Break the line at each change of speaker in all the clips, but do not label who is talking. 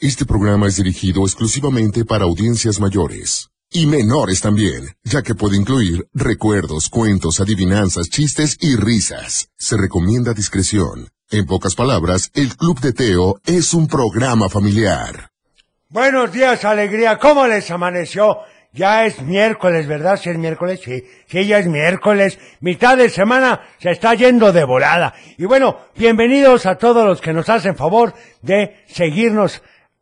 Este programa es dirigido exclusivamente para audiencias mayores. Y menores también, ya que puede incluir recuerdos, cuentos, adivinanzas, chistes y risas. Se recomienda discreción. En pocas palabras, el Club de Teo es un programa familiar.
Buenos días, alegría. ¿Cómo les amaneció? Ya es miércoles, ¿verdad? Si es miércoles, sí. Sí, ya es miércoles. Mitad de semana se está yendo de volada. Y bueno, bienvenidos a todos los que nos hacen favor de seguirnos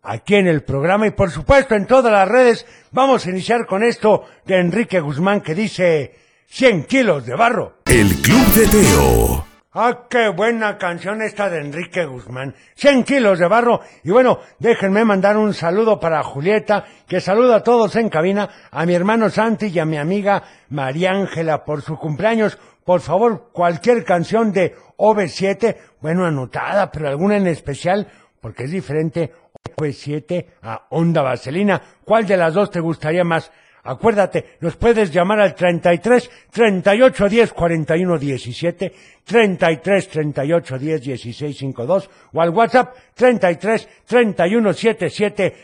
aquí en el programa y por supuesto en todas las redes. Vamos a iniciar con esto de Enrique Guzmán que dice 100 kilos de barro.
El Club de Teo.
Ah, qué buena canción esta de Enrique Guzmán. 100 kilos de barro. Y bueno, déjenme mandar un saludo para Julieta, que saluda a todos en cabina, a mi hermano Santi y a mi amiga María Ángela por su cumpleaños. Por favor, cualquier canción de OV7, bueno, anotada, pero alguna en especial, porque es diferente OV7 pues, a Onda Vaselina. ¿Cuál de las dos te gustaría más? Acuérdate, nos puedes llamar al 33 38 10 41 17, 33 38 10 16 52 o al WhatsApp 33 31 77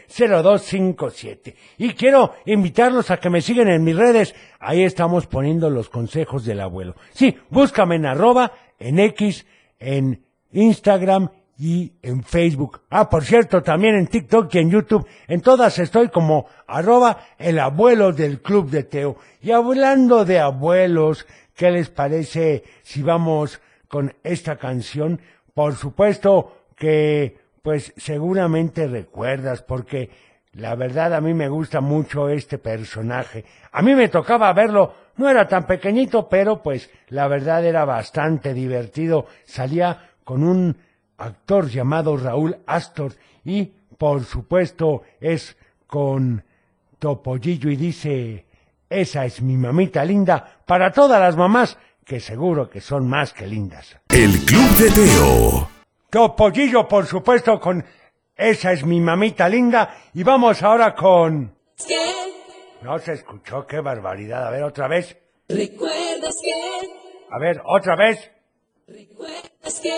02 57. Y quiero invitarlos a que me sigan en mis redes. Ahí estamos poniendo los consejos del abuelo. Sí, búscame en arroba, en X, en Instagram y en Facebook. Ah, por cierto, también en TikTok y en YouTube. En todas estoy como arroba el abuelo del club de Teo. Y hablando de abuelos, ¿qué les parece si vamos con esta canción? Por supuesto que pues seguramente recuerdas porque la verdad a mí me gusta mucho este personaje. A mí me tocaba verlo no era tan pequeñito, pero pues la verdad era bastante divertido. Salía con un actor llamado Raúl Astor y por supuesto es con Topollillo y dice, esa es mi mamita linda para todas las mamás que seguro que son más que lindas.
El Club de Teo.
Topollillo por supuesto con esa es mi mamita linda y vamos ahora con... No se escuchó, qué barbaridad. A ver otra vez.
¿Recuerdas que?
A ver otra vez.
¿Recuerdas que?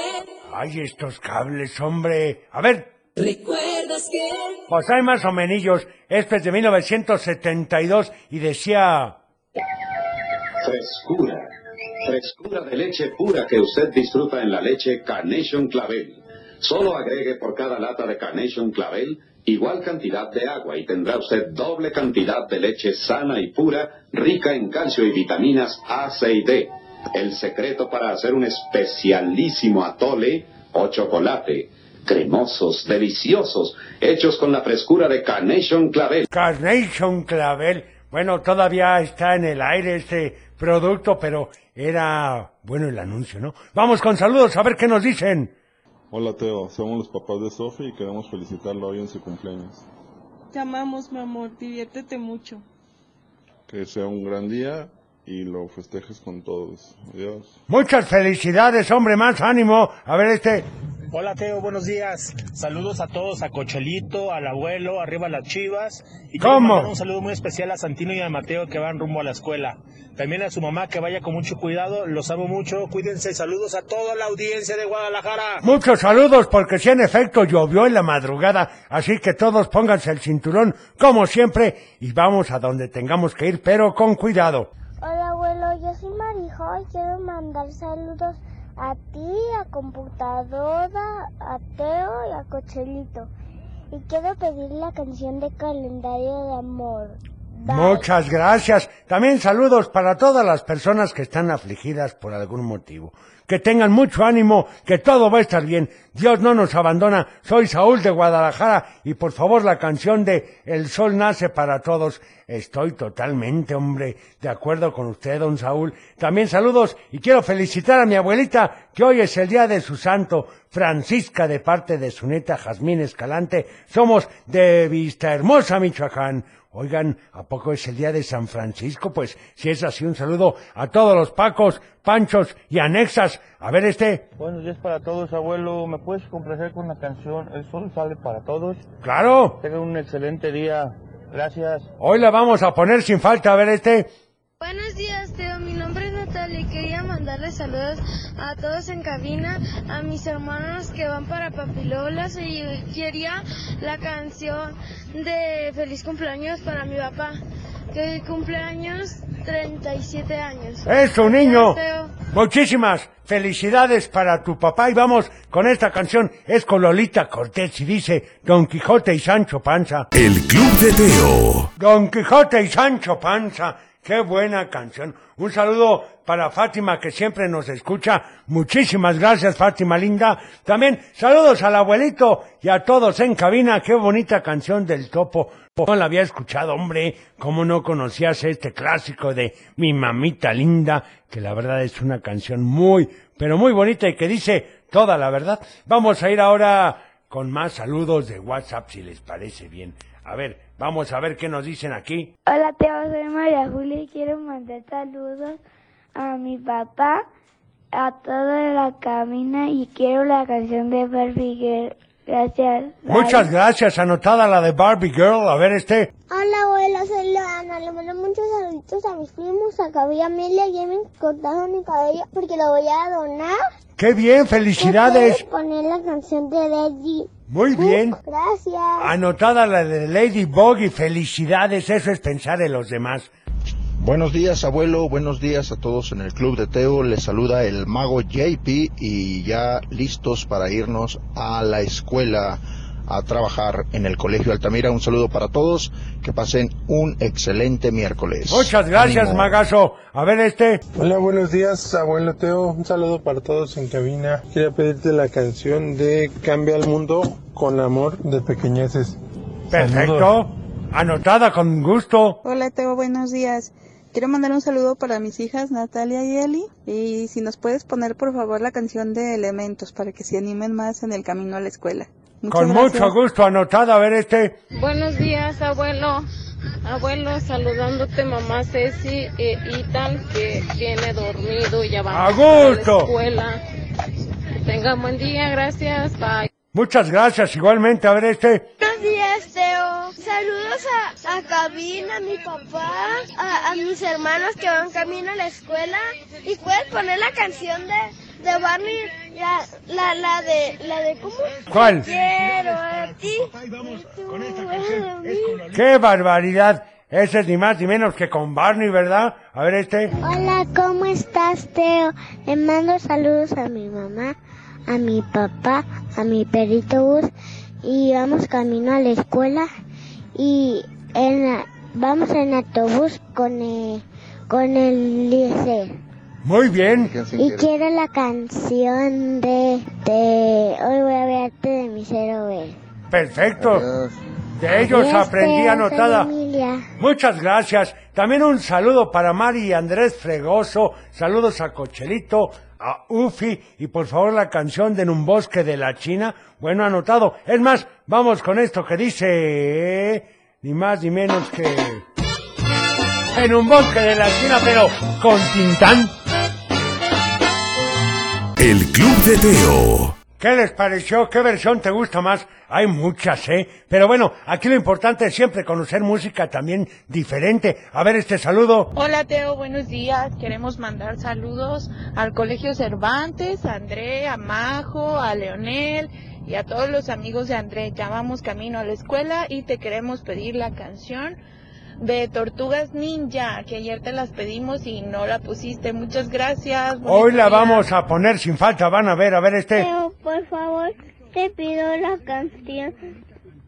Ay, estos cables, hombre. A ver,
¿Recuerdas que?
Pues hay más o menillos. Este es de 1972 y decía...
Frescura. Frescura de leche pura que usted disfruta en la leche Carnation Clavel. Solo agregue por cada lata de Carnation Clavel igual cantidad de agua y tendrá usted doble cantidad de leche sana y pura, rica en calcio y vitaminas A, C y D. El secreto para hacer un especialísimo atole o chocolate. Cremosos, deliciosos, hechos con la frescura de Carnation Clavel.
Carnation Clavel. Bueno, todavía está en el aire este producto, pero era bueno el anuncio, ¿no? Vamos con saludos a ver qué nos dicen.
Hola Teo, somos los papás de Sophie y queremos felicitarla hoy en su cumpleaños.
Te amamos, mi amor, diviértete mucho.
Que sea un gran día y lo festejes con todos. Adiós.
Muchas felicidades, hombre, más ánimo. A ver este.
Hola Teo, buenos días. Saludos a todos, a Cochelito, al abuelo, arriba las chivas. Y quiero
¿Cómo?
mandar Un saludo muy especial a Santino y a Mateo que van rumbo a la escuela. También a su mamá que vaya con mucho cuidado. Los amo mucho. Cuídense. Saludos a toda la audiencia de Guadalajara.
Muchos saludos porque si en efecto llovió en la madrugada, así que todos pónganse el cinturón como siempre y vamos a donde tengamos que ir, pero con cuidado.
Hola abuelo, yo soy Marijo y quiero mandar saludos a ti, a computadora, a Teo y a Cochelito. Y quiero pedir la canción de calendario de amor. Bye.
Muchas gracias. También saludos para todas las personas que están afligidas por algún motivo. Que tengan mucho ánimo, que todo va a estar bien. Dios no nos abandona. Soy Saúl de Guadalajara y por favor la canción de El sol nace para todos. Estoy totalmente, hombre, de acuerdo con usted, don Saúl. También saludos y quiero felicitar a mi abuelita, que hoy es el día de su santo, Francisca, de parte de su neta Jazmín Escalante. Somos de Vista Hermosa, Michoacán. Oigan, ¿a poco es el día de San Francisco? Pues si es así, un saludo a todos los Pacos, Panchos y Anexas. A ver este.
Buenos días para todos, abuelo. ¿Me puedes complacer con la canción El sol sale para todos?
Claro.
Tengan un excelente día. Gracias.
Hoy la vamos a poner sin falta. A ver este.
Buenos días, Teo. Mi nombre es Natalia y quería mandar mandarles saludos a todos en cabina, a mis hermanos que van para Papilolas y quería la canción de feliz cumpleaños para mi papá, que cumpleaños 37 años.
Eso, niño.
Teo.
Muchísimas felicidades para tu papá y vamos con esta canción. Es con Lolita Cortés y dice Don Quijote y Sancho Panza.
El Club de Teo.
Don Quijote y Sancho Panza. Qué buena canción. Un saludo para Fátima que siempre nos escucha. Muchísimas gracias Fátima linda. También saludos al abuelito y a todos en cabina. Qué bonita canción del topo. No la había escuchado, hombre. ¿Cómo no conocías este clásico de Mi mamita linda? Que la verdad es una canción muy, pero muy bonita y que dice toda la verdad. Vamos a ir ahora con más saludos de WhatsApp si les parece bien. A ver, vamos a ver qué nos dicen aquí.
Hola, Teo, soy María Julia y quiero mandar saludos a mi papá, a toda la cabina y quiero la canción de Barbie Girl. Gracias.
Muchas gracias, anotada la de Barbie Girl. A ver, este.
Hola, abuela, soy Leana. Le mando muchos saludos a mis primos, a Gaby y Amelia. Ya me cortaron mi cabello porque lo voy a donar.
¡Qué bien! ¡Felicidades!
Quiero poner la canción de Daddy.
Muy bien.
Gracias.
Anotada la de Lady Boggy. ¡Felicidades! Eso es pensar en los demás.
Buenos días, abuelo. Buenos días a todos en el Club de Teo. Les saluda el mago JP y ya listos para irnos a la escuela a trabajar en el Colegio Altamira. Un saludo para todos. Que pasen un excelente miércoles.
Muchas gracias,
Ánimo.
Magazo. A ver, este.
Hola, buenos días, abuelo Teo. Un saludo para todos en cabina. Quería pedirte la canción de Cambia el mundo con amor de pequeñeces.
Perfecto. Anotada con gusto.
Hola Teo, buenos días. Quiero mandar un saludo para mis hijas Natalia y Eli. Y si nos puedes poner por favor la canción de Elementos para que se animen más en el camino a la escuela. Muchas
Con
gracias.
mucho gusto. Anotada, a ver, este.
Buenos días, abuelo. Abuelo, saludándote mamá Ceci e Itan, que viene dormido y ya va
¡A
la
gusto!
escuela. Tenga buen día, gracias, bye.
Muchas gracias, igualmente. A ver, este.
Buenos días, Teo. Saludos a, a Cabina, a mi papá, a, a mis hermanos que van camino a la escuela. Y puedes poner la canción de, de Barney, la, la, la de, la de cómo.
¿Cuál?
Te Quiero a ti. a mí.
¡Qué barbaridad! Ese es ni más ni menos que con Barney, ¿verdad? A ver, este.
Hola, ¿cómo estás, Teo? Le mando saludos a mi mamá, a mi papá, a mi perrito Gus y vamos camino a la escuela y en la- vamos en autobús con el, con el Eliezer.
Muy bien.
Y quiero la canción de, de Hoy voy a verte de mi cero B. Este,
Perfecto. De ellos
Adiós,
aprendí
Teo,
anotada.
soy Emilia.
Muchas gracias. También un saludo para Mari y Andrés Fregoso. Saludos a Cochelito, a Ufi y por favor la canción de En un bosque de la China. Bueno, anotado. Es más, vamos con esto que dice... Ni más ni menos que... En un bosque de la China, pero con Tintán.
El Club de Teo.
¿Qué les pareció? ¿Qué versión te gusta más? Hay muchas, ¿eh? Pero bueno, aquí lo importante es siempre conocer música también diferente. A ver este saludo.
Hola Teo, buenos días. Queremos mandar saludos al Colegio Cervantes, a André, a Majo, a Leonel y a todos los amigos de André. Ya vamos camino a la escuela y te queremos pedir la canción de Tortugas Ninja, que ayer te las pedimos y no la pusiste. Muchas gracias.
Hoy
Bonito
la
día.
vamos a poner sin falta, van a ver, a ver este.
Teo, por favor, te pido la canción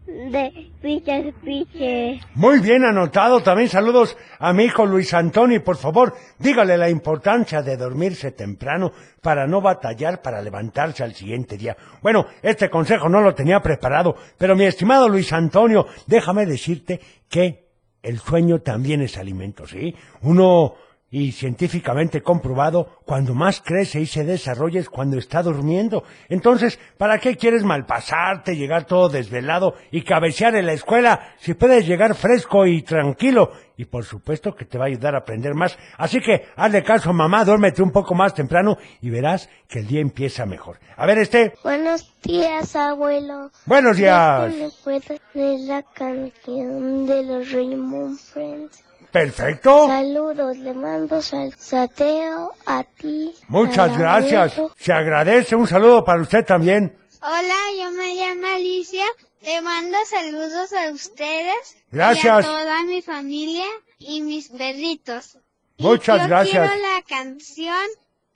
de Piches Piches.
Muy bien anotado, también saludos a mi hijo Luis Antonio, y por favor, dígale la importancia de dormirse temprano para no batallar para levantarse al siguiente día. Bueno, este consejo no lo tenía preparado, pero mi estimado Luis Antonio, déjame decirte que el sueño también es alimento, ¿sí? Uno y científicamente comprobado, cuando más crece y se desarrolla es cuando está durmiendo. Entonces, ¿para qué quieres malpasarte, llegar todo desvelado y cabecear en la escuela si puedes llegar fresco y tranquilo? Y por supuesto que te va a ayudar a aprender más. Así que hazle caso a mamá, duérmete un poco más temprano y verás que el día empieza mejor. A ver, este,
Buenos días, abuelo.
Buenos días.
¿Me puedes leer la canción de los Raymond Friends?
Perfecto.
Saludos, le mando sal sateo a ti.
Muchas
a la
gracias.
Beto.
Se agradece. Un saludo para usted también.
Hola, yo me llamo Alicia. Le mando saludos a ustedes.
Gracias.
Y a toda mi familia y mis perritos. Y
Muchas
yo
gracias.
Quiero la canción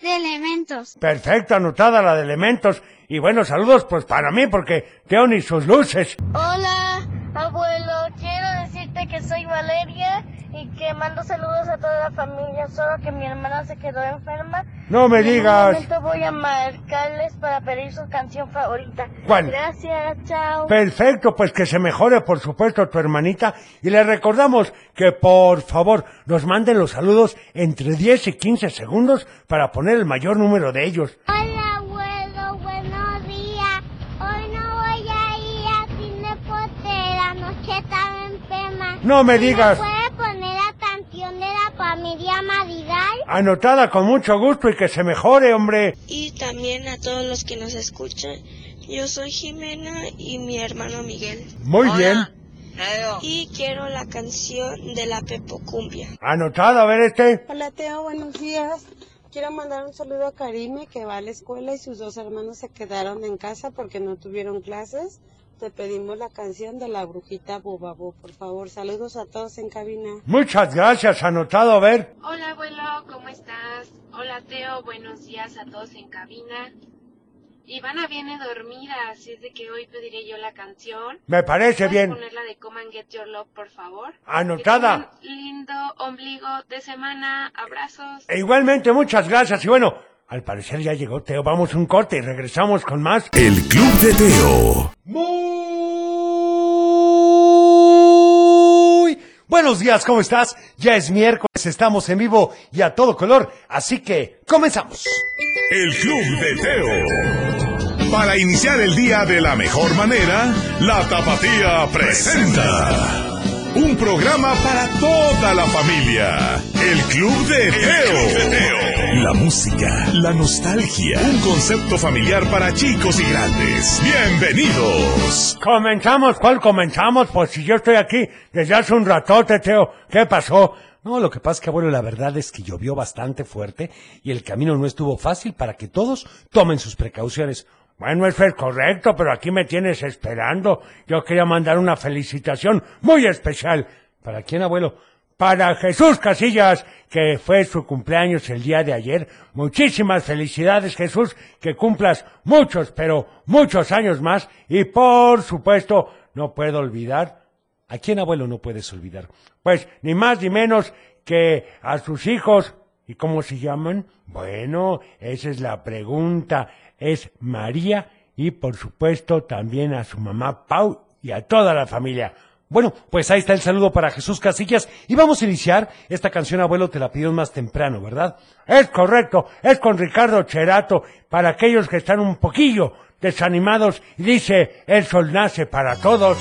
de Elementos.
Perfecto, anotada la de elementos. Y bueno, saludos pues para mí porque Teo ni sus luces.
Hola, abuelo. Quiero decirte que soy Valeria y que mando saludos a toda la familia, solo que mi hermana se quedó enferma.
No me
Y en un
digas.
momento voy a marcarles para pedir su canción favorita.
¿Cuál?
Gracias, chao.
Perfecto, pues que se mejore, por supuesto, tu hermanita. Y le recordamos que, por favor, nos manden los saludos entre 10 y 15 segundos para poner el mayor número de ellos.
Hola, abuelo, buenos días. Hoy no voy a ir a cine porque la noche está enferma.
No me
¿Sí
digas.
¿Puede poner la canción de la familia Madrigal?
Anotada con mucho gusto y que se mejore, hombre.
y también a todos los que nos escuchan. Yo soy Jimena y mi hermano Miguel.
Muy bien.
Y quiero la canción de la Pepo Cumbia.
Anotada, a ver este.
Hola Teo, buenos días. Quiero mandar un saludo a Karime que va a la escuela y sus dos hermanos se quedaron en casa porque no tuvieron clases. Te pedimos la canción de la brujita Bobabo, por favor. Saludos a todos en cabina.
Muchas gracias, anotado, a ver.
Hola abuelo, ¿cómo estás? Hola Teo, buenos días a todos en cabina. Ivana viene dormida, así es de que hoy pediré yo la canción.
Me parece
bien.
Ponerla de Come and Get Your Love, por favor.
Anotada.
Que tengan Lindo ombligo de semana, abrazos.
E igualmente, muchas gracias. Y bueno, al parecer ya llegó Teo. Vamos un corte y regresamos con más.
El Club de Teo.
Muy buenos días, ¿cómo estás? Ya es miércoles, estamos en vivo y a todo color, así que comenzamos.
El Club de Teo. Para iniciar el día de la mejor manera, la Tapatía presenta un programa para toda la familia. El Club de Teo. La música, la nostalgia, un concepto familiar para chicos y grandes. Bienvenidos.
Comenzamos, ¿cuál comenzamos? Pues si yo estoy aquí desde hace un ratote, Teo, ¿qué pasó?
No, lo que pasa es que, abuelo, la verdad es que llovió bastante fuerte y el camino no estuvo fácil para que todos tomen sus precauciones.
Bueno, eso es correcto, pero aquí me tienes esperando. Yo quería mandar una felicitación muy especial. ¿Para quién, abuelo? Para Jesús Casillas, que fue su cumpleaños el día de ayer. Muchísimas felicidades, Jesús, que cumplas muchos, pero muchos años más. Y por supuesto, no puedo olvidar
¿A quién, abuelo, no puedes olvidar?
pues ni más ni menos que a sus hijos. ¿Y cómo se llaman? Bueno, esa es la pregunta. Es María y por supuesto también a su mamá Pau y a toda la familia.
Bueno, pues ahí está el saludo para Jesús Casillas y vamos a iniciar. Esta canción, abuelo, te la pidieron más temprano, ¿verdad?
Es correcto, es con Ricardo Cherato para aquellos que están un poquillo desanimados y dice, el sol nace para todos.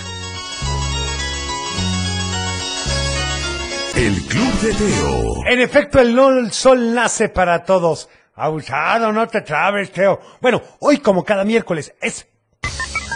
El Club de Teo.
En efecto, el, no- el sol nace para todos. Abusado, no te trabes, Teo. Bueno, hoy como cada miércoles es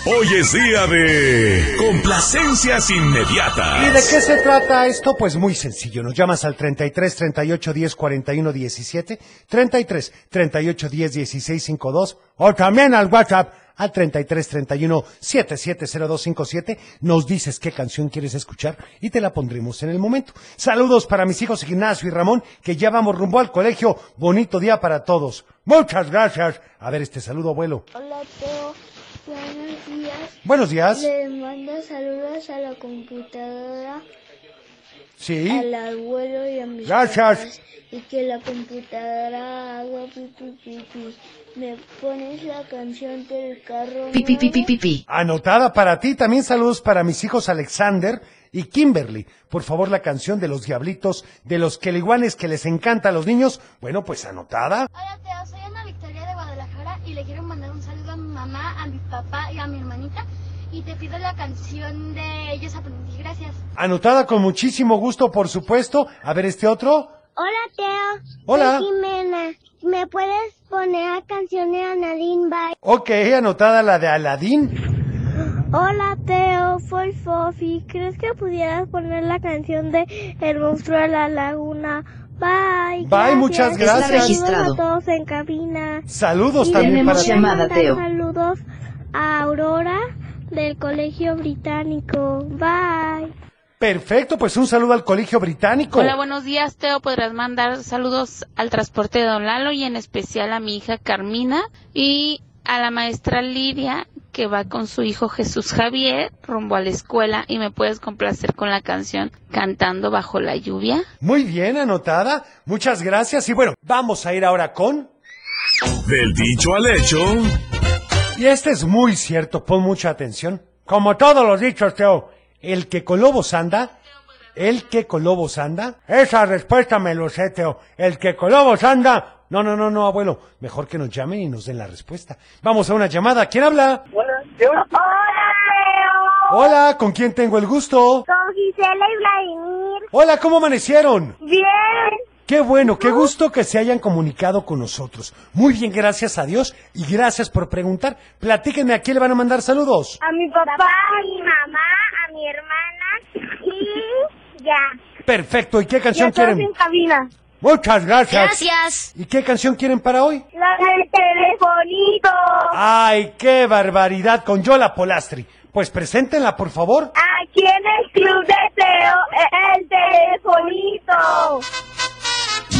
Hoy es día de complacencias inmediatas.
¿Y de qué se trata esto? Pues muy sencillo. Nos llamas al 33 38 10 41 17, 33 38 10 16 52 o también al WhatsApp al 33 31 770257. Nos dices qué canción quieres escuchar y te la pondremos en el momento. Saludos para mis hijos Ignacio y Ramón, que ya vamos rumbo al colegio. Bonito día para todos. Muchas gracias. A ver este saludo, abuelo.
Hola, Teo. Buenos días.
Buenos días.
Le mando saludos a la computadora,
Sí.
al abuelo y a mis
Gracias.
papás. Y que la computadora haga pipi pipi. Me pones la canción del carro. nuevo?
Anotada para ti. También saludos para mis hijos Alexander y Kimberly. Por favor, la canción de los diablitos, de los queliguanes que les encanta a los niños. Bueno, pues anotada.
Hola Teo, soy Ana Victoria de Guadalajara y le quiero mandar un saludo a mi mamá, a mi papá y a mi hermanita y te pido la canción de Ellos Aprendí, gracias.
Anotada con muchísimo gusto, por supuesto. A ver este otro.
Hola, Teo.
Hola.
Soy Jimena. ¿Me puedes poner la canción de Analín Bay?
Ok, anotada la de Aladín.
Hola Teo, soy Fofi. ¿Crees que pudieras poner la canción de El monstruo de la laguna? Bye.
Bye, muchas gracias. Está registrado.
Saludos a todos en cabina.
Saludos
Y
también
les
para ti.
quiero
Llamada,
mandar
Teo.
Saludos a Aurora del Colegio Británico. Bye.
Perfecto, pues un saludo al Colegio Británico.
Hola, buenos días, Teo. Podrás mandar saludos al transporte de Don Lalo y en especial a mi hija Carmina y a la maestra Lidia que va con su hijo Jesús Javier rumbo a la escuela y me puedes complacer con la canción Cantando bajo la lluvia.
Muy bien, anotada. Muchas gracias. Y bueno, vamos a ir ahora con...
Del dicho al hecho.
Y este es muy cierto, pon mucha atención. Como todos los dichos, Teo, el que con lobos anda, el que con lobos anda. Esa respuesta me lo sé, Teo. El que con lobos anda. No, no, no, no, abuelo. Mejor que nos llamen y nos den la respuesta. Vamos a una llamada. ¿Quién habla?
Hola, Teo.
Hola, ¿con quién tengo el gusto?
Con Gisela y Vladimir.
Hola, ¿cómo amanecieron?
Bien.
Qué bueno, qué gusto que se hayan comunicado con nosotros. Muy bien, gracias a Dios y gracias por preguntar. Platíquenme a quién le van a mandar saludos.
A mi papá, a mi mamá, a mi hermana y ya.
Perfecto, ¿y qué canción
Ya todos
quieren?
en cabina.
Muchas gracias.
Gracias.
¿Y qué canción quieren para hoy?
La del telefonito.
¡Ay, qué barbaridad! Con Yola Polastri. Pues preséntenla, por favor.
Aquí en el club de Teo, eh, el telefonito.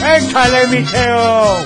¡Échale, mi Teo!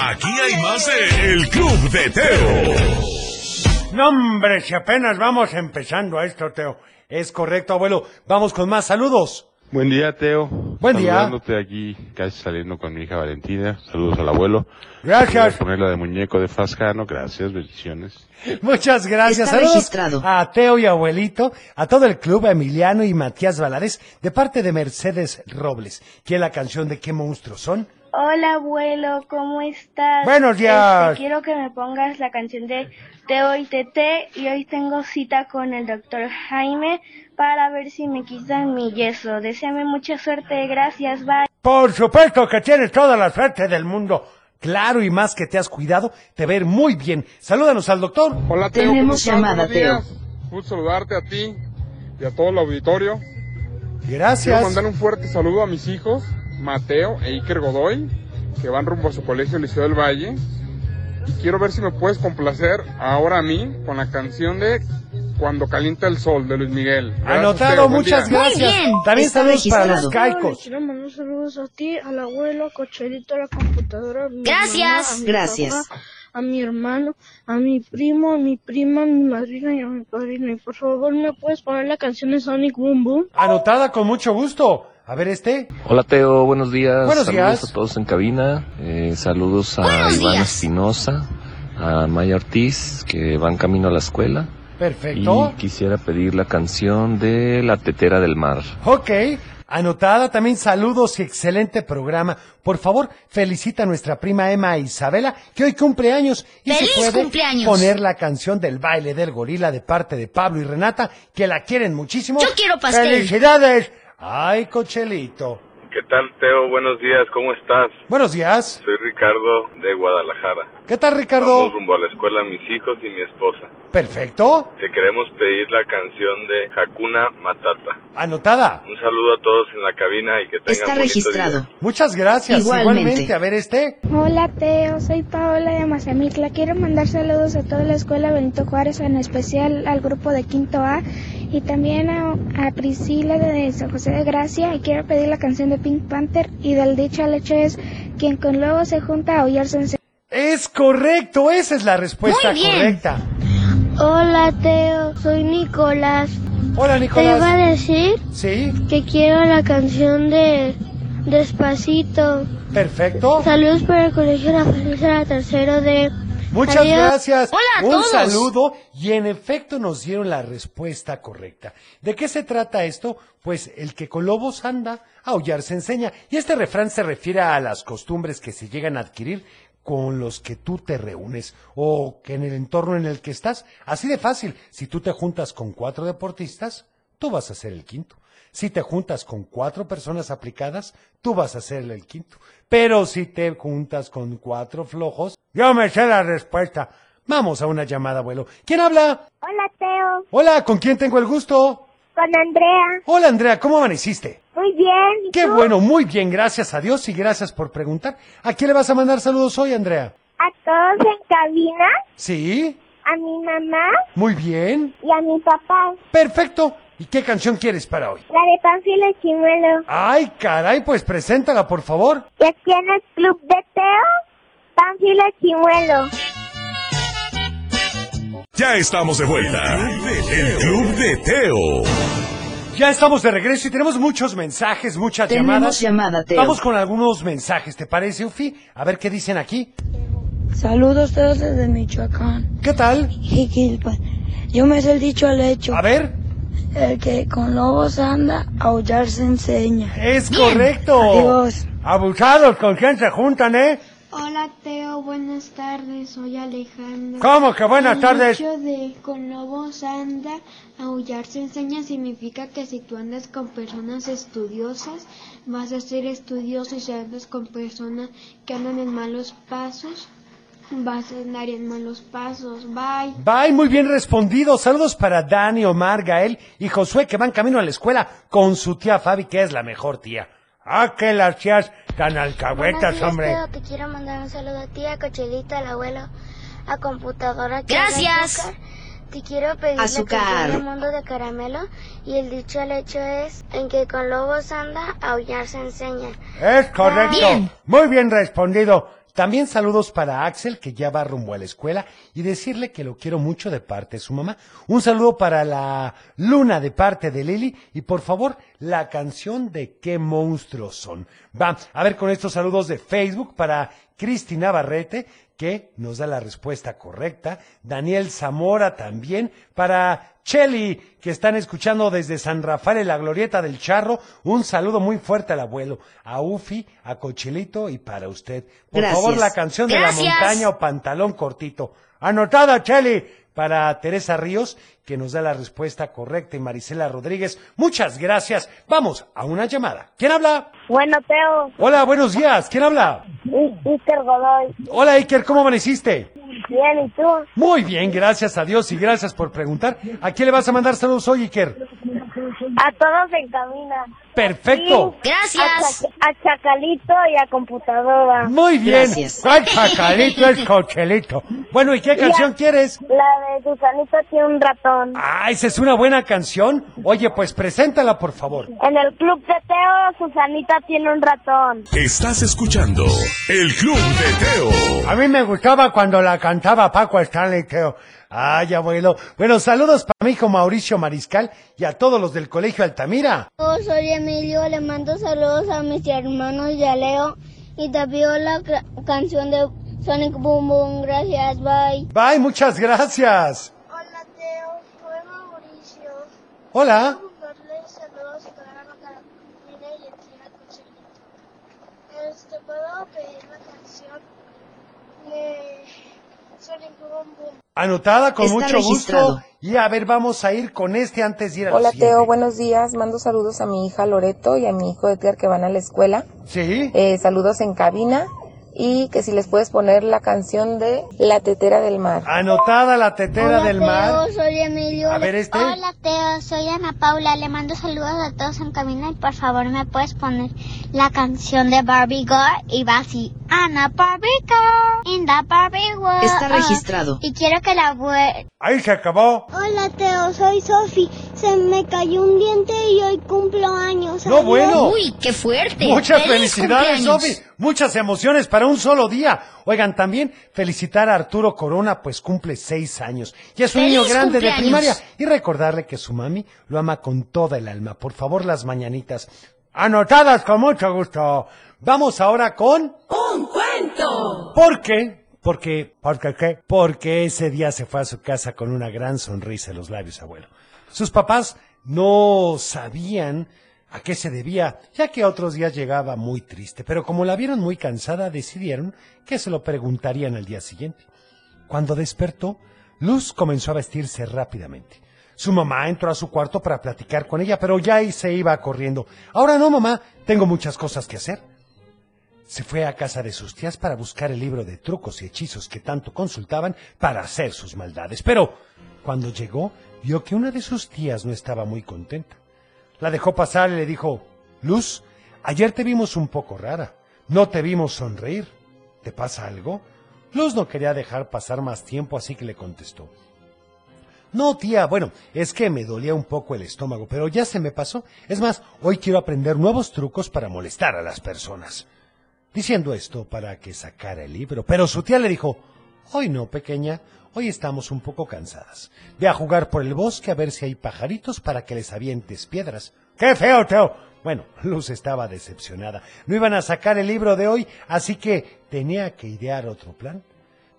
Aquí hay más de El Club de Teo.
No, hombre, si apenas vamos empezando a esto, Teo. Es correcto, abuelo. Vamos con más saludos.
Buen día, Teo.
Buen día.
Saludándote aquí, casi saliendo con mi hija Valentina. Saludos al abuelo.
Gracias.
Voy a poner la de muñeco de Fascano. Gracias, bendiciones.
Muchas gracias.
Está
Saludos
registrado.
A Teo y abuelito, a todo el club, a Emiliano y Matías Valares, de parte de Mercedes Robles, que es la canción de ¿Qué monstruos son?
Hola abuelo, ¿cómo estás?
Buenos días.
Este, quiero que me pongas la canción de Te Hoy Tete y hoy tengo cita con el doctor Jaime para ver si me quitan mi yeso. Deseame mucha suerte, gracias, bye.
Por supuesto que tienes toda la suerte del mundo. Claro y más que te has cuidado, te ver muy bien. Salúdanos al doctor.
Hola, Teo, ¿cómo estás? Buenos días. Un saludarte a ti y a todo el auditorio.
Gracias.
Quiero mandar un fuerte saludo a mis hijos, Mateo e Iker Godoy, que van rumbo a su colegio Liceo del Valle. Y quiero ver si me puedes complacer ahora a mí con la canción de Cuando calienta el sol de Luis Miguel. Gracias, Teo,
Anotado,
buen
muchas
día.
gracias. También saludos para los caicos.
Quiero mandar saludos a ti, al abuelo, a Cochelito, a la computadora. a mi
Gracias.
mamá, a mi
Gracias.
papá, a mi hermano, a mi primo, a mi prima, a mi madrina y a mi padrino. Y por favor, ¿me puedes poner la canción de Sonic Boom Boom?
Anotada con mucho gusto. A ver este.
Hola Teo, buenos días.
Buenos
saludos
días.
a todos en cabina. Eh, saludos a Iván Espinosa, a Maya Ortiz, que van camino a la escuela.
Perfecto.
Y quisiera pedir la canción de La Tetera del Mar.
Ok. Anotada, también saludos y excelente programa. Por favor, felicita a nuestra prima Emma Isabela, que hoy cumple años y
¡Feliz
se puede
cumpleaños!
poner la canción del baile del gorila de parte de Pablo y Renata, que la quieren muchísimo.
Yo quiero pastel.
¡Felicidades! ¡Ay, cochelito!
¿Qué tal, Teo? Buenos días, ¿cómo estás?
Buenos días.
Soy Ricardo de Guadalajara.
¿Qué tal, Ricardo?
Vamos rumbo a la escuela mis hijos y mi esposa.
Perfecto.
Te queremos pedir la canción de Hakuna Matata.
Anotada.
Un saludo a todos en la cabina y que tengan bonito día.
Muchas gracias.
Igualmente.
Igualmente. A ver este.
Hola Teo, soy Paola de Mazamitla. Quiero mandar saludos a toda la escuela Benito Juárez, en especial al grupo de Quinto A y también a, a Priscila de San José de Gracia. Y quiero pedir la canción de Pink Panther y del dicho al hecho es quien con lobo se junta a aullar se
Es correcto, esa es la respuesta correcta.
Hola Teo, soy Nicolás.
Hola
Te iba
Nicolás.
a decir
Sí,
que quiero la canción de Despacito.
perfecto.
Saludos para el colegio La Felicidad, tercero de...
Muchas
Adiós.
gracias.
Hola a
Un
todos.
saludo y en efecto nos dieron la respuesta correcta. ¿De qué se trata esto? Pues el que con lobos anda, aullar se enseña. Y este refrán se refiere a las costumbres que se llegan a adquirir con los que tú te reúnes o que en el entorno en el que estás. Así de fácil, si tú te juntas con cuatro deportistas, tú vas a ser el quinto. Si te juntas con cuatro personas aplicadas, tú vas a ser el quinto. Pero si te juntas con cuatro flojos, yo me sé la respuesta. Vamos a una llamada, abuelo. ¿Quién habla?
Hola, Teo.
Hola, ¿con quién tengo el gusto?
Con Andrea.
Hola, Andrea, ¿cómo amaneciste?
Muy bien. ¿y
Qué
tú?
bueno, muy bien, gracias a Dios y gracias por preguntar. ¿A quién le vas a mandar saludos hoy, Andrea?
A todos en cabina,
Sí,
a mi mamá
muy bien.
y a mi papá.
Perfecto. ¿Y qué canción quieres para hoy?
La de Panfilo Chimuelo.
Ay, caray, pues preséntala, por favor.
Y aquí en el club de Teo, Panfilo Chimuelo.
Ya estamos de vuelta. El Club de Teo.
Ya estamos de regreso y tenemos muchos mensajes, muchas
Tenemos
llamadas.
llamada, Teo.
Vamos con algunos mensajes, ¿te parece, Ufi? A ver qué dicen aquí.
Saludos todos desde Michoacán.
¿Qué tal?
Jiquilpan. pues, Yo me sé el dicho al hecho.
A ver.
El que con lobos anda, aullar se enseña.
Es correcto.
Adiós.
Abusados, ¿con quién se juntan, eh?
Hola Teo, buenas tardes, soy Alejandra.
¿Cómo que buenas
El
tardes?
dicho de con lobos anda, aullar se enseña significa que si tú andas con personas estudiosas, vas a ser estudioso y si andas con personas que andan en malos pasos, vas a andar en malos pasos. Bye.
Bye, muy bien respondido. Saludos para Dani, Omar, Gael y Josué que van camino a la escuela con su tía Fabi, que es la mejor tía. Ah, que las tías tan alcahuetas, hombre.
Teo, te quiero mandar un saludo a ti, a Cochelito, al abuelo, a computadora. que
Gracias.
haga azúcar. Te quiero pedir la
Azúcar.
canción de mundo de caramelo y el dicho al hecho es en que con lobos anda, aullar se enseña.
Es correcto.
Bien.
Muy bien respondido. También saludos para Axel, que ya va rumbo a la escuela, y decirle que lo quiero mucho de parte de su mamá. Un saludo para la Luna de parte de Lili, y por favor, la canción de qué monstruos son. Va, a ver con estos saludos de Facebook para Cristina Barrete, que nos da la respuesta correcta. Daniel Zamora también. Para Cheli, que están escuchando desde San Rafael en la Glorieta del Charro. Un saludo muy fuerte al abuelo, a Ufi, a Cochilito y para usted. Por
Gracias.
favor, la canción de la
Gracias.
montaña o pantalón cortito. Anotada, Cheli. Para Teresa Ríos, que nos da la respuesta correcta, y Marisela Rodríguez. Muchas gracias. Vamos a una llamada. ¿Quién habla?
Bueno, Teo,
Hola, buenos días. ¿Quién habla?
Iker Godoy.
Hola, Iker, ¿cómo amaneciste?
Bien, ¿y tú?
Muy bien, gracias a Dios y gracias por preguntar. ¿A quién le vas a mandar saludos hoy, Iker?
A todos en cabina.
Perfecto.
Y A, Chac- a Chacalito y a computadora.
Muy bien. ¿Cuál chacalito es cochelito? Bueno, ¿y qué canción quieres?
La de Susanito tiene un ratón.
Ah, esa es una buena canción. Oye, pues preséntala, por favor.
En el club de Teo, Susanita tiene un ratón.
Estás escuchando El Club de Teo.
A mí me gustaba cuando la cantaba Paco Stanley, creo. Ay, abuelo. Bueno, saludos para mi hijo Mauricio Mariscal y a todos los del Colegio Altamira.
Yo soy Emilio, le mando saludos a mis hermanos Yaleo y David la cra- canción de Sonic Boom Boom. Gracias, bye.
Bye, muchas gracias.
Hola Teo, soy Mauricio.
Hola.
mandarle saludos a toda la familia y a ti a Cochelito. Este, ¿puedo pedir la canción de Sonic Boom Boom?
Anotada con
Está
mucho
registrado.
gusto. Y a ver, vamos a ir con este antes de ir a
Hola
la siguiente.
Teo, buenos días. Mando saludos a mi hija Loreto y a mi hijo Edgar que van a la escuela.
Sí.
Eh, saludos en cabina y que si les puedes poner la canción de La tetera del mar.
Anotada la tetera del mar.
soy Emilio.
A ver, este.
Hola Teo, soy Ana Paula, le mando saludos a todos en camino y por favor me puedes poner la canción de Barbie Girl y va así, Ana Barbie Girl, in the Barbie World.
Está
Ah.
registrado.
Y quiero que la abue-
Ahí se acabó.
Hola Teo, soy Sofi, se me cayó un diente y hoy cumplo años.
No, Adiós. bueno.
Uy, qué fuerte.
Muchas felicidades, Sofi. Muchas emociones para un solo día. Oigan, también felicitar a Arturo Corona, pues cumple seis años. Y es un
¡Feliz
niño grande de
cumpleaños!
primaria. Y recordarle que su mami lo ama con toda el alma. Por favor, las mañanitas. Anotadas con mucho gusto. Vamos ahora con...
¡Un cuento!
¿Por qué? Porque, porque qué? Porque ese día se fue a su casa con una gran sonrisa en los labios, abuelo. Sus papás no sabían a qué se debía, ya que otros días llegaba muy triste, pero como la vieron muy cansada, decidieron que se lo preguntarían al día siguiente. Cuando despertó, Luz comenzó a vestirse rápidamente. Su mamá entró a su cuarto para platicar con ella, pero ya ahí se iba corriendo. Ahora no, mamá, tengo muchas cosas que hacer. Se fue a casa de sus tías para buscar el libro de trucos y hechizos que tanto consultaban para hacer sus maldades. Pero cuando llegó, vio que una de sus tías no estaba muy contenta. La dejó pasar y le dijo, Luz, ayer te vimos un poco rara. No te vimos sonreír. ¿Te pasa algo? Luz no quería dejar pasar más tiempo, así que le contestó. No, tía, bueno, es que me dolía un poco el estómago, pero ya se me pasó. Es más, hoy quiero aprender nuevos trucos para molestar a las personas. Diciendo esto para que sacara el libro, pero su tía le dijo, hoy no, pequeña, hoy estamos un poco cansadas. Ve a jugar por el bosque a ver si hay pajaritos para que les avientes piedras. ¡Qué feo, Teo! Bueno, Luz estaba decepcionada. No iban a sacar el libro de hoy, así que tenía que idear otro plan.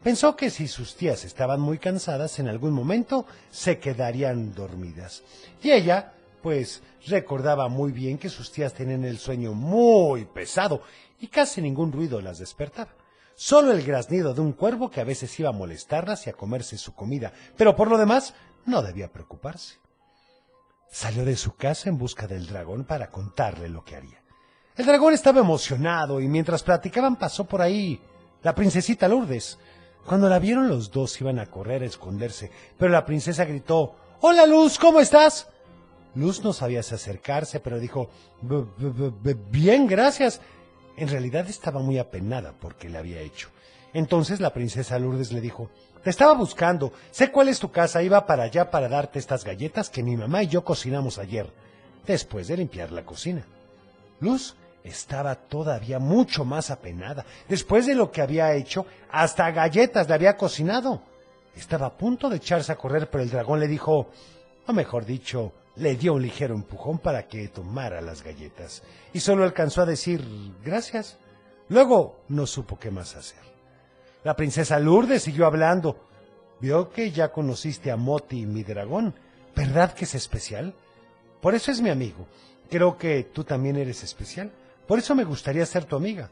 Pensó que si sus tías estaban muy cansadas, en algún momento se quedarían dormidas. Y ella, pues, recordaba muy bien que sus tías tenían el sueño muy pesado y casi ningún ruido las despertaba. Solo el graznido de un cuervo que a veces iba a molestarlas y a comerse su comida, pero por lo demás no debía preocuparse salió de su casa en busca del dragón para contarle lo que haría. El dragón estaba emocionado y mientras platicaban pasó por ahí la princesita Lourdes. Cuando la vieron los dos iban a correr a esconderse, pero la princesa gritó, Hola Luz, ¿cómo estás? Luz no sabía si acercarse, pero dijo, "B- b- b- Bien, gracias. En realidad estaba muy apenada porque le había hecho. Entonces la princesa Lourdes le dijo, te estaba buscando. Sé cuál es tu casa. Iba para allá para darte estas galletas que mi mamá y yo cocinamos ayer, después de limpiar la cocina. Luz estaba todavía mucho más apenada. Después de lo que había hecho, hasta galletas le había cocinado. Estaba a punto de echarse a correr, pero el dragón le dijo, o mejor dicho, le dio un ligero empujón para que tomara las galletas. Y solo alcanzó a decir gracias. Luego no supo qué más hacer. La princesa Lourdes siguió hablando. Vio que ya conociste a Moti, mi dragón. ¿Verdad que es especial? Por eso es mi amigo. Creo que tú también eres especial. Por eso me gustaría ser tu amiga.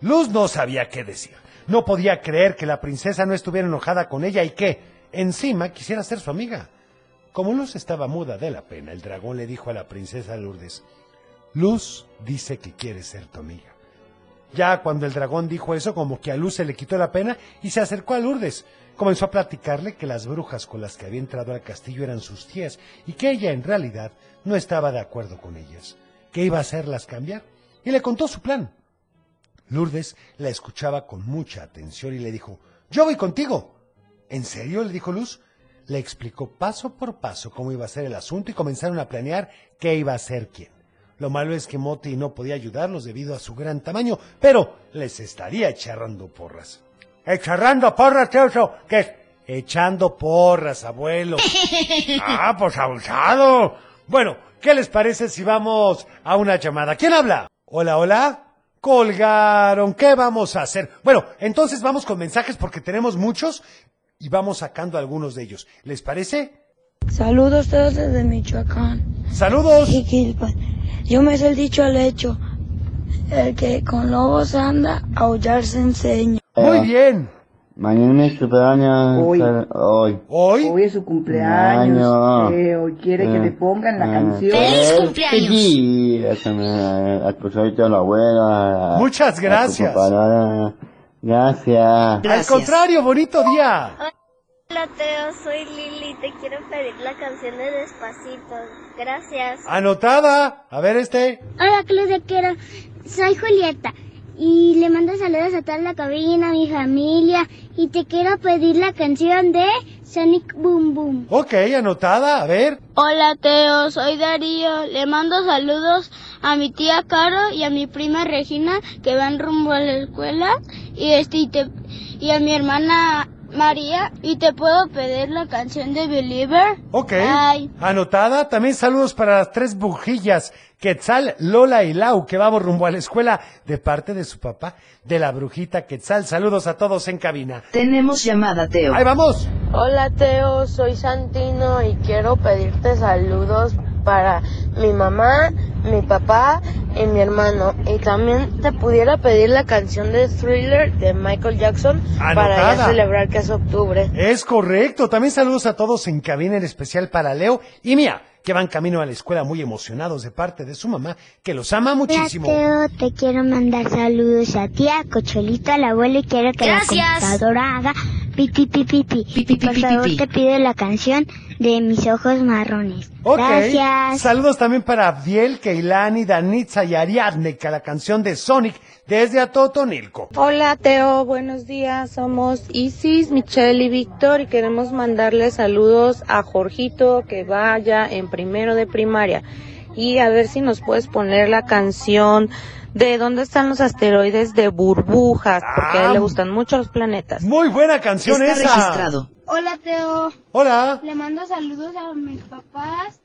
Luz no sabía qué decir. No podía creer que la princesa no estuviera enojada con ella y que, encima, quisiera ser su amiga. Como Luz estaba muda de la pena, el dragón le dijo a la princesa Lourdes, Luz dice que quiere ser tu amiga. Ya cuando el dragón dijo eso, como que a Luz se le quitó la pena y se acercó a Lourdes. Comenzó a platicarle que las brujas con las que había entrado al castillo eran sus tías y que ella en realidad no estaba de acuerdo con ellas, que iba a hacerlas cambiar, y le contó su plan. Lourdes la escuchaba con mucha atención y le dijo, Yo voy contigo. ¿En serio? le dijo Luz. Le explicó paso por paso cómo iba a ser el asunto y comenzaron a planear qué iba a ser quién. Lo malo es que Moti no podía ayudarlos debido a su gran tamaño, pero les estaría echarrando porras. ¡Echarrando porras, Teoso! ¿Qué? Echando porras, abuelo. ¡Ah, pues abusado! Bueno, ¿qué les parece si vamos a una llamada? ¿Quién habla? Hola, hola. Colgaron. ¿Qué vamos a hacer? Bueno, entonces vamos con mensajes porque tenemos muchos y vamos sacando algunos de ellos. ¿Les parece?
Saludos todos desde Michoacán.
Saludos.
Jiquilpan. Yo me sé el dicho al hecho. El que con lobos anda, aullar se enseña.
Muy bien.
Mañana es su cumpleaños.
Hoy.
Sal- Hoy.
Hoy.
Hoy es su cumpleaños.
Año.
eh, hoy quiere que
Eh,
le pongan la
eh.
canción.
¡Feliz cumpleaños! Sí, eso me acusó a la abuela. a-
Muchas
a tu
gracias.
compadre. Gracias.
Al contrario, bonito día.
Hola Teo, soy Lili, te quiero pedir la canción de Despacito. Gracias.
Anotada. A ver este.
Hola Claudia, quiero. Soy Julieta y le mando saludos a toda la cabina, a mi familia y te quiero pedir la canción de Sonic Boom Boom.
Ok, anotada. A ver.
Hola Teo, soy Darío. Le mando saludos a mi tía Caro y a mi prima Regina que van rumbo a la escuela y este y, te- y a mi hermana María y te puedo pedir la canción de Believer.
Ok.
Bye.
Anotada. También saludos para las tres brujillas, Quetzal, Lola y Lau, que vamos rumbo a la escuela de parte de su papá, de la brujita Quetzal. Saludos a todos en cabina.
Tenemos llamada, Teo.
Ahí vamos.
Hola, Teo. Soy Santino y quiero pedirte saludos para mi mamá, mi papá y mi hermano. Y también te pudiera pedir la canción de Thriller de Michael Jackson para ya
Anotada.
celebrar que es octubre.
Es correcto. También saludos a todos en cabina, en especial para Leo y Mía, que van camino a la escuela muy emocionados de parte de su mamá, que los ama muchísimo.
Hola, Teo, te quiero mandar saludos a ti, a Cocholito, al abuelo y quiero que la
Gracias.
computadora haga piti piti piti. Por
pi,
favor,
pi.
te pido la canción de mis ojos marrones.
Ok.
Gracias.
Saludos también para Abdiel, Keilani, Danitza y Ariadne, que la canción de Sonic desde Atotonilco.
Hola Teo, buenos días. Somos Isis, Michelle y Víctor y queremos mandarle saludos a Jorgito que vaya en primero de primaria. Y a ver si nos puedes poner la canción de ¿Dónde están los asteroides de burbujas? Porque a él le gustan mucho los planetas.
Muy buena Ah. canción
Está
esa.
registrado.
Hola, Teo.
Hola.
Le mando saludos a mis papás,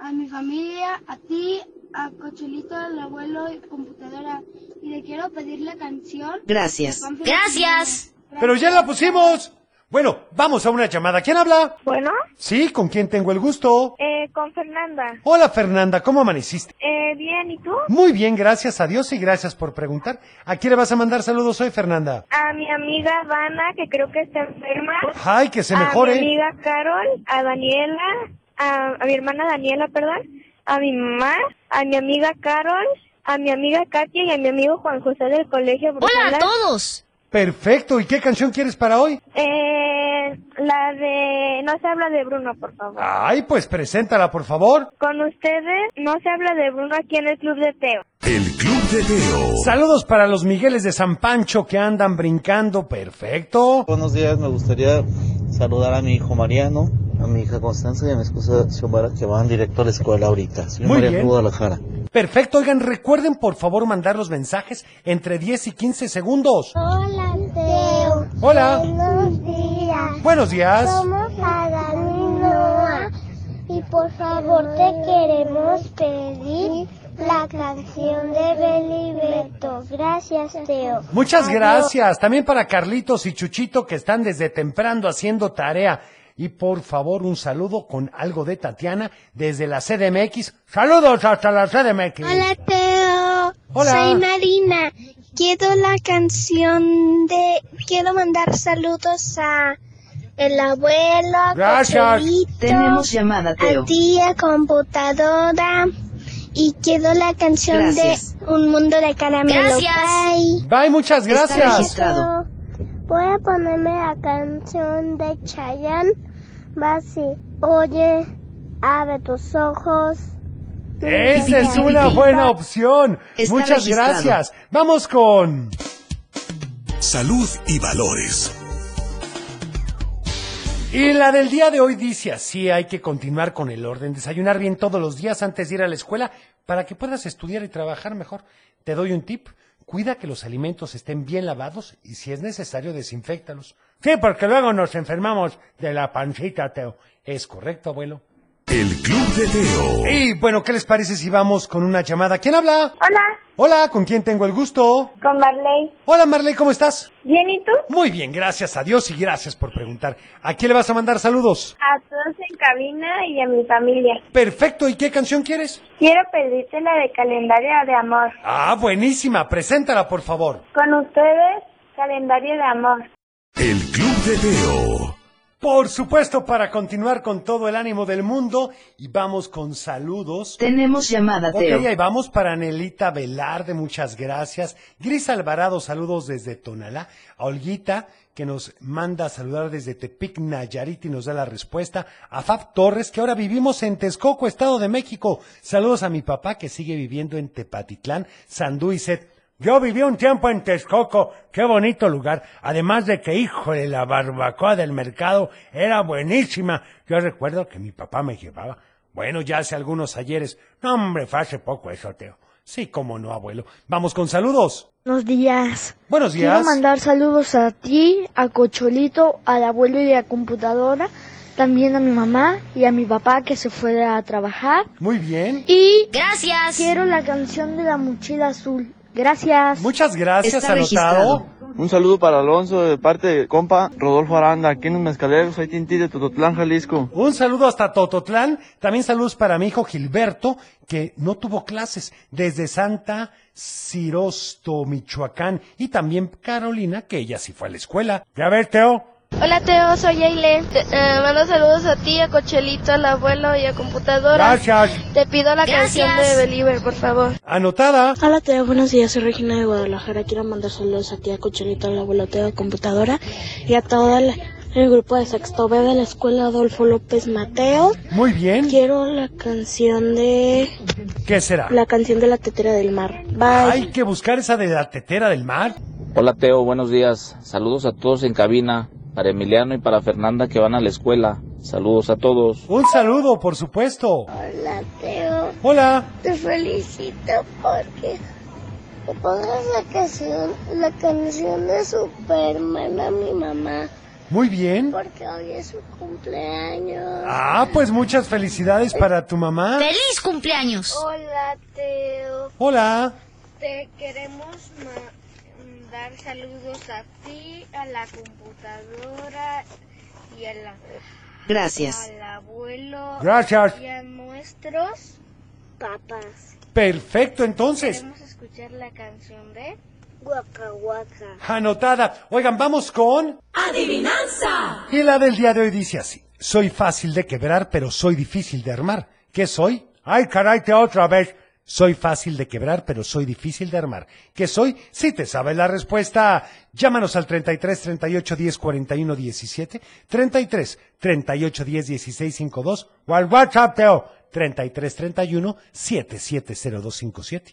a mi familia, a ti, a Cochelito, al abuelo y computadora. Y le quiero pedir la canción.
Gracias.
Gracias.
Pero ya la pusimos. Bueno, vamos a una llamada. ¿Quién habla?
Bueno,
Sí, ¿con quién tengo el gusto?
eh, con Fernanda.
Hola Fernanda, ¿cómo amaneciste?
Eh, bien, ¿y tú?
Muy bien, gracias a Dios y gracias por preguntar. ¿A quién le vas a mandar saludos hoy, Fernanda?
A mi amiga Dana, que creo que está enferma.
Ay, que se mejore.
A mi amiga Carol, a Daniela, a, a mi hermana Daniela, perdón, a mi mamá, a mi amiga Carol, a mi amiga Katia y a mi amigo Juan José del colegio. ¡Hola a todos!
Perfecto, ¿y qué canción quieres para hoy?
Eh, la de No se habla de Bruno, por favor.
Ay, pues preséntala, por favor.
Con ustedes, No se habla de Bruno aquí en el Club de Teo.
El Club de Teo.
Saludos para los Migueles de San Pancho que andan brincando. Perfecto.
Buenos días, me gustaría saludar a mi hijo Mariano, a mi hija Constanza y a mi esposa Xiomara que van directo a la escuela ahorita. Soy
Muy
María
bien.
Guadalajara.
Perfecto, oigan, recuerden por favor mandar los mensajes entre 10 y 15 segundos.
Hola, Teo.
Hola.
Buenos días.
Buenos días.
Somos Adán y Noah. Y por favor te queremos pedir la canción de Beli Beto. Gracias, Teo.
Muchas
Adiós.
gracias. También para Carlitos y Chuchito que están desde temprano haciendo tarea. Y por favor, un saludo con algo de Tatiana desde la CDMX. Saludos hasta la CDMX.
Hola Teo,
Hola.
soy Marina. Quiero la canción de... Quiero mandar saludos a el abuelo,
Gracias.
Cochelito,
Tenemos llamada, Teo.
a tía computadora y quiero la canción
Gracias.
de Un Mundo de Caramelo.
Gracias.
Bye.
Bye, muchas gracias.
Voy a ponerme la canción de Chayanne. Va así. Oye, abre tus ojos.
Esa es una buena opción.
Está
Muchas
registrado.
gracias. Vamos con...
Salud y valores.
Y la del día de hoy dice así, hay que continuar con el orden, desayunar bien todos los días antes de ir a la escuela para que puedas estudiar y trabajar mejor. Te doy un tip, cuida que los alimentos estén bien lavados y si es necesario desinfectalos. Sí, porque luego nos enfermamos de la pancita, Teo. Es correcto, abuelo.
El Club de Teo.
Y bueno, ¿qué les parece si vamos con una llamada? ¿Quién habla?
Hola.
Hola, ¿con quién tengo el gusto?
Con Marley.
Hola Marley, ¿cómo estás?
Bien, ¿y tú?
Muy bien, gracias a Dios y gracias por preguntar. ¿A quién le vas a mandar saludos?
A todos en cabina y a mi familia.
Perfecto, ¿y qué canción quieres?
Quiero pedirte la de calendario de amor.
Ah, buenísima, preséntala por favor.
Con ustedes, calendario de amor.
El Club de Teo.
Por supuesto, para continuar con todo el ánimo del mundo, y vamos con saludos.
Tenemos llamada, Teo.
Ok, ahí vamos para Anelita Velarde, muchas gracias. Gris Alvarado, saludos desde Tonalá. A Olguita, que nos manda a saludar desde Tepic, Nayarit, y nos da la respuesta. A Fab Torres, que ahora vivimos en Texcoco, Estado de México. Saludos a mi papá, que sigue viviendo en Tepatitlán, Sandú y Set. Yo viví un tiempo en Texcoco, qué bonito lugar. Además de que, híjole, la barbacoa del mercado era buenísima. Yo recuerdo que mi papá me llevaba. Bueno, ya hace algunos ayeres. No, hombre, fue hace poco eso, Teo. Sí, cómo no, abuelo. Vamos con saludos.
Buenos días.
Buenos
Quiero
días.
mandar saludos a ti, a Cocholito, al abuelo y a la computadora, también a mi mamá y a mi papá que se fue a trabajar.
Muy bien.
Y gracias. Quiero la canción de la mochila azul. Gracias.
Muchas gracias,
Está
anotado.
Un saludo para Alonso de parte de compa Rodolfo Aranda, aquí en los Mezcaleros, soy Tintí de Tototlán, Jalisco.
Un saludo hasta Tototlán. También saludos para mi hijo Gilberto, que no tuvo clases desde Santa Cirosto, Michoacán. Y también Carolina, que ella sí fue a la escuela. Ya ves, Teo.
Hola Teo, soy Aile. Te, eh, mando saludos a ti, a Cochelito, al abuelo y a computadora.
Gracias.
Te pido la Gracias. canción de Believer, por favor.
Anotada.
Hola Teo, buenos días, soy Regina de Guadalajara. Quiero mandar saludos a tía Cocholito, al abuelo Teo, computadora y a todo el, el grupo de sexto B de la escuela Adolfo López Mateo.
Muy bien.
Quiero la canción de...
¿Qué será?
La canción de la tetera del mar.
Hay que buscar esa de la tetera del mar.
Hola Teo, buenos días. Saludos a todos en cabina, para Emiliano y para Fernanda que van a la escuela. Saludos a todos.
Un saludo, por supuesto.
Hola, Teo.
Hola.
Te felicito porque que pongas la canción, la canción de Superman a mi mamá.
Muy bien.
Porque hoy es su cumpleaños.
Ah, pues muchas felicidades para tu mamá.
¡Feliz cumpleaños! Hola, Teo.
Hola.
Te queremos ma- dar saludos a ti, a la computadora y a la,
Gracias.
al abuelo
Gracias.
y a nuestros papás.
Perfecto, entonces.
Queremos escuchar la canción de Waka Waka.
Anotada. Oigan, vamos con...
Adivinanza.
Y la del día de hoy dice así. Soy fácil de quebrar, pero soy difícil de armar. ¿Qué soy? Ay, caray, te otra vez. Soy fácil de quebrar, pero soy difícil de armar. ¿Qué soy? Si te sabes la respuesta, llámanos al 33 38 10 41 17, 33 38 10 16 52 o al WhatsApp, Teo, 33 31 770257.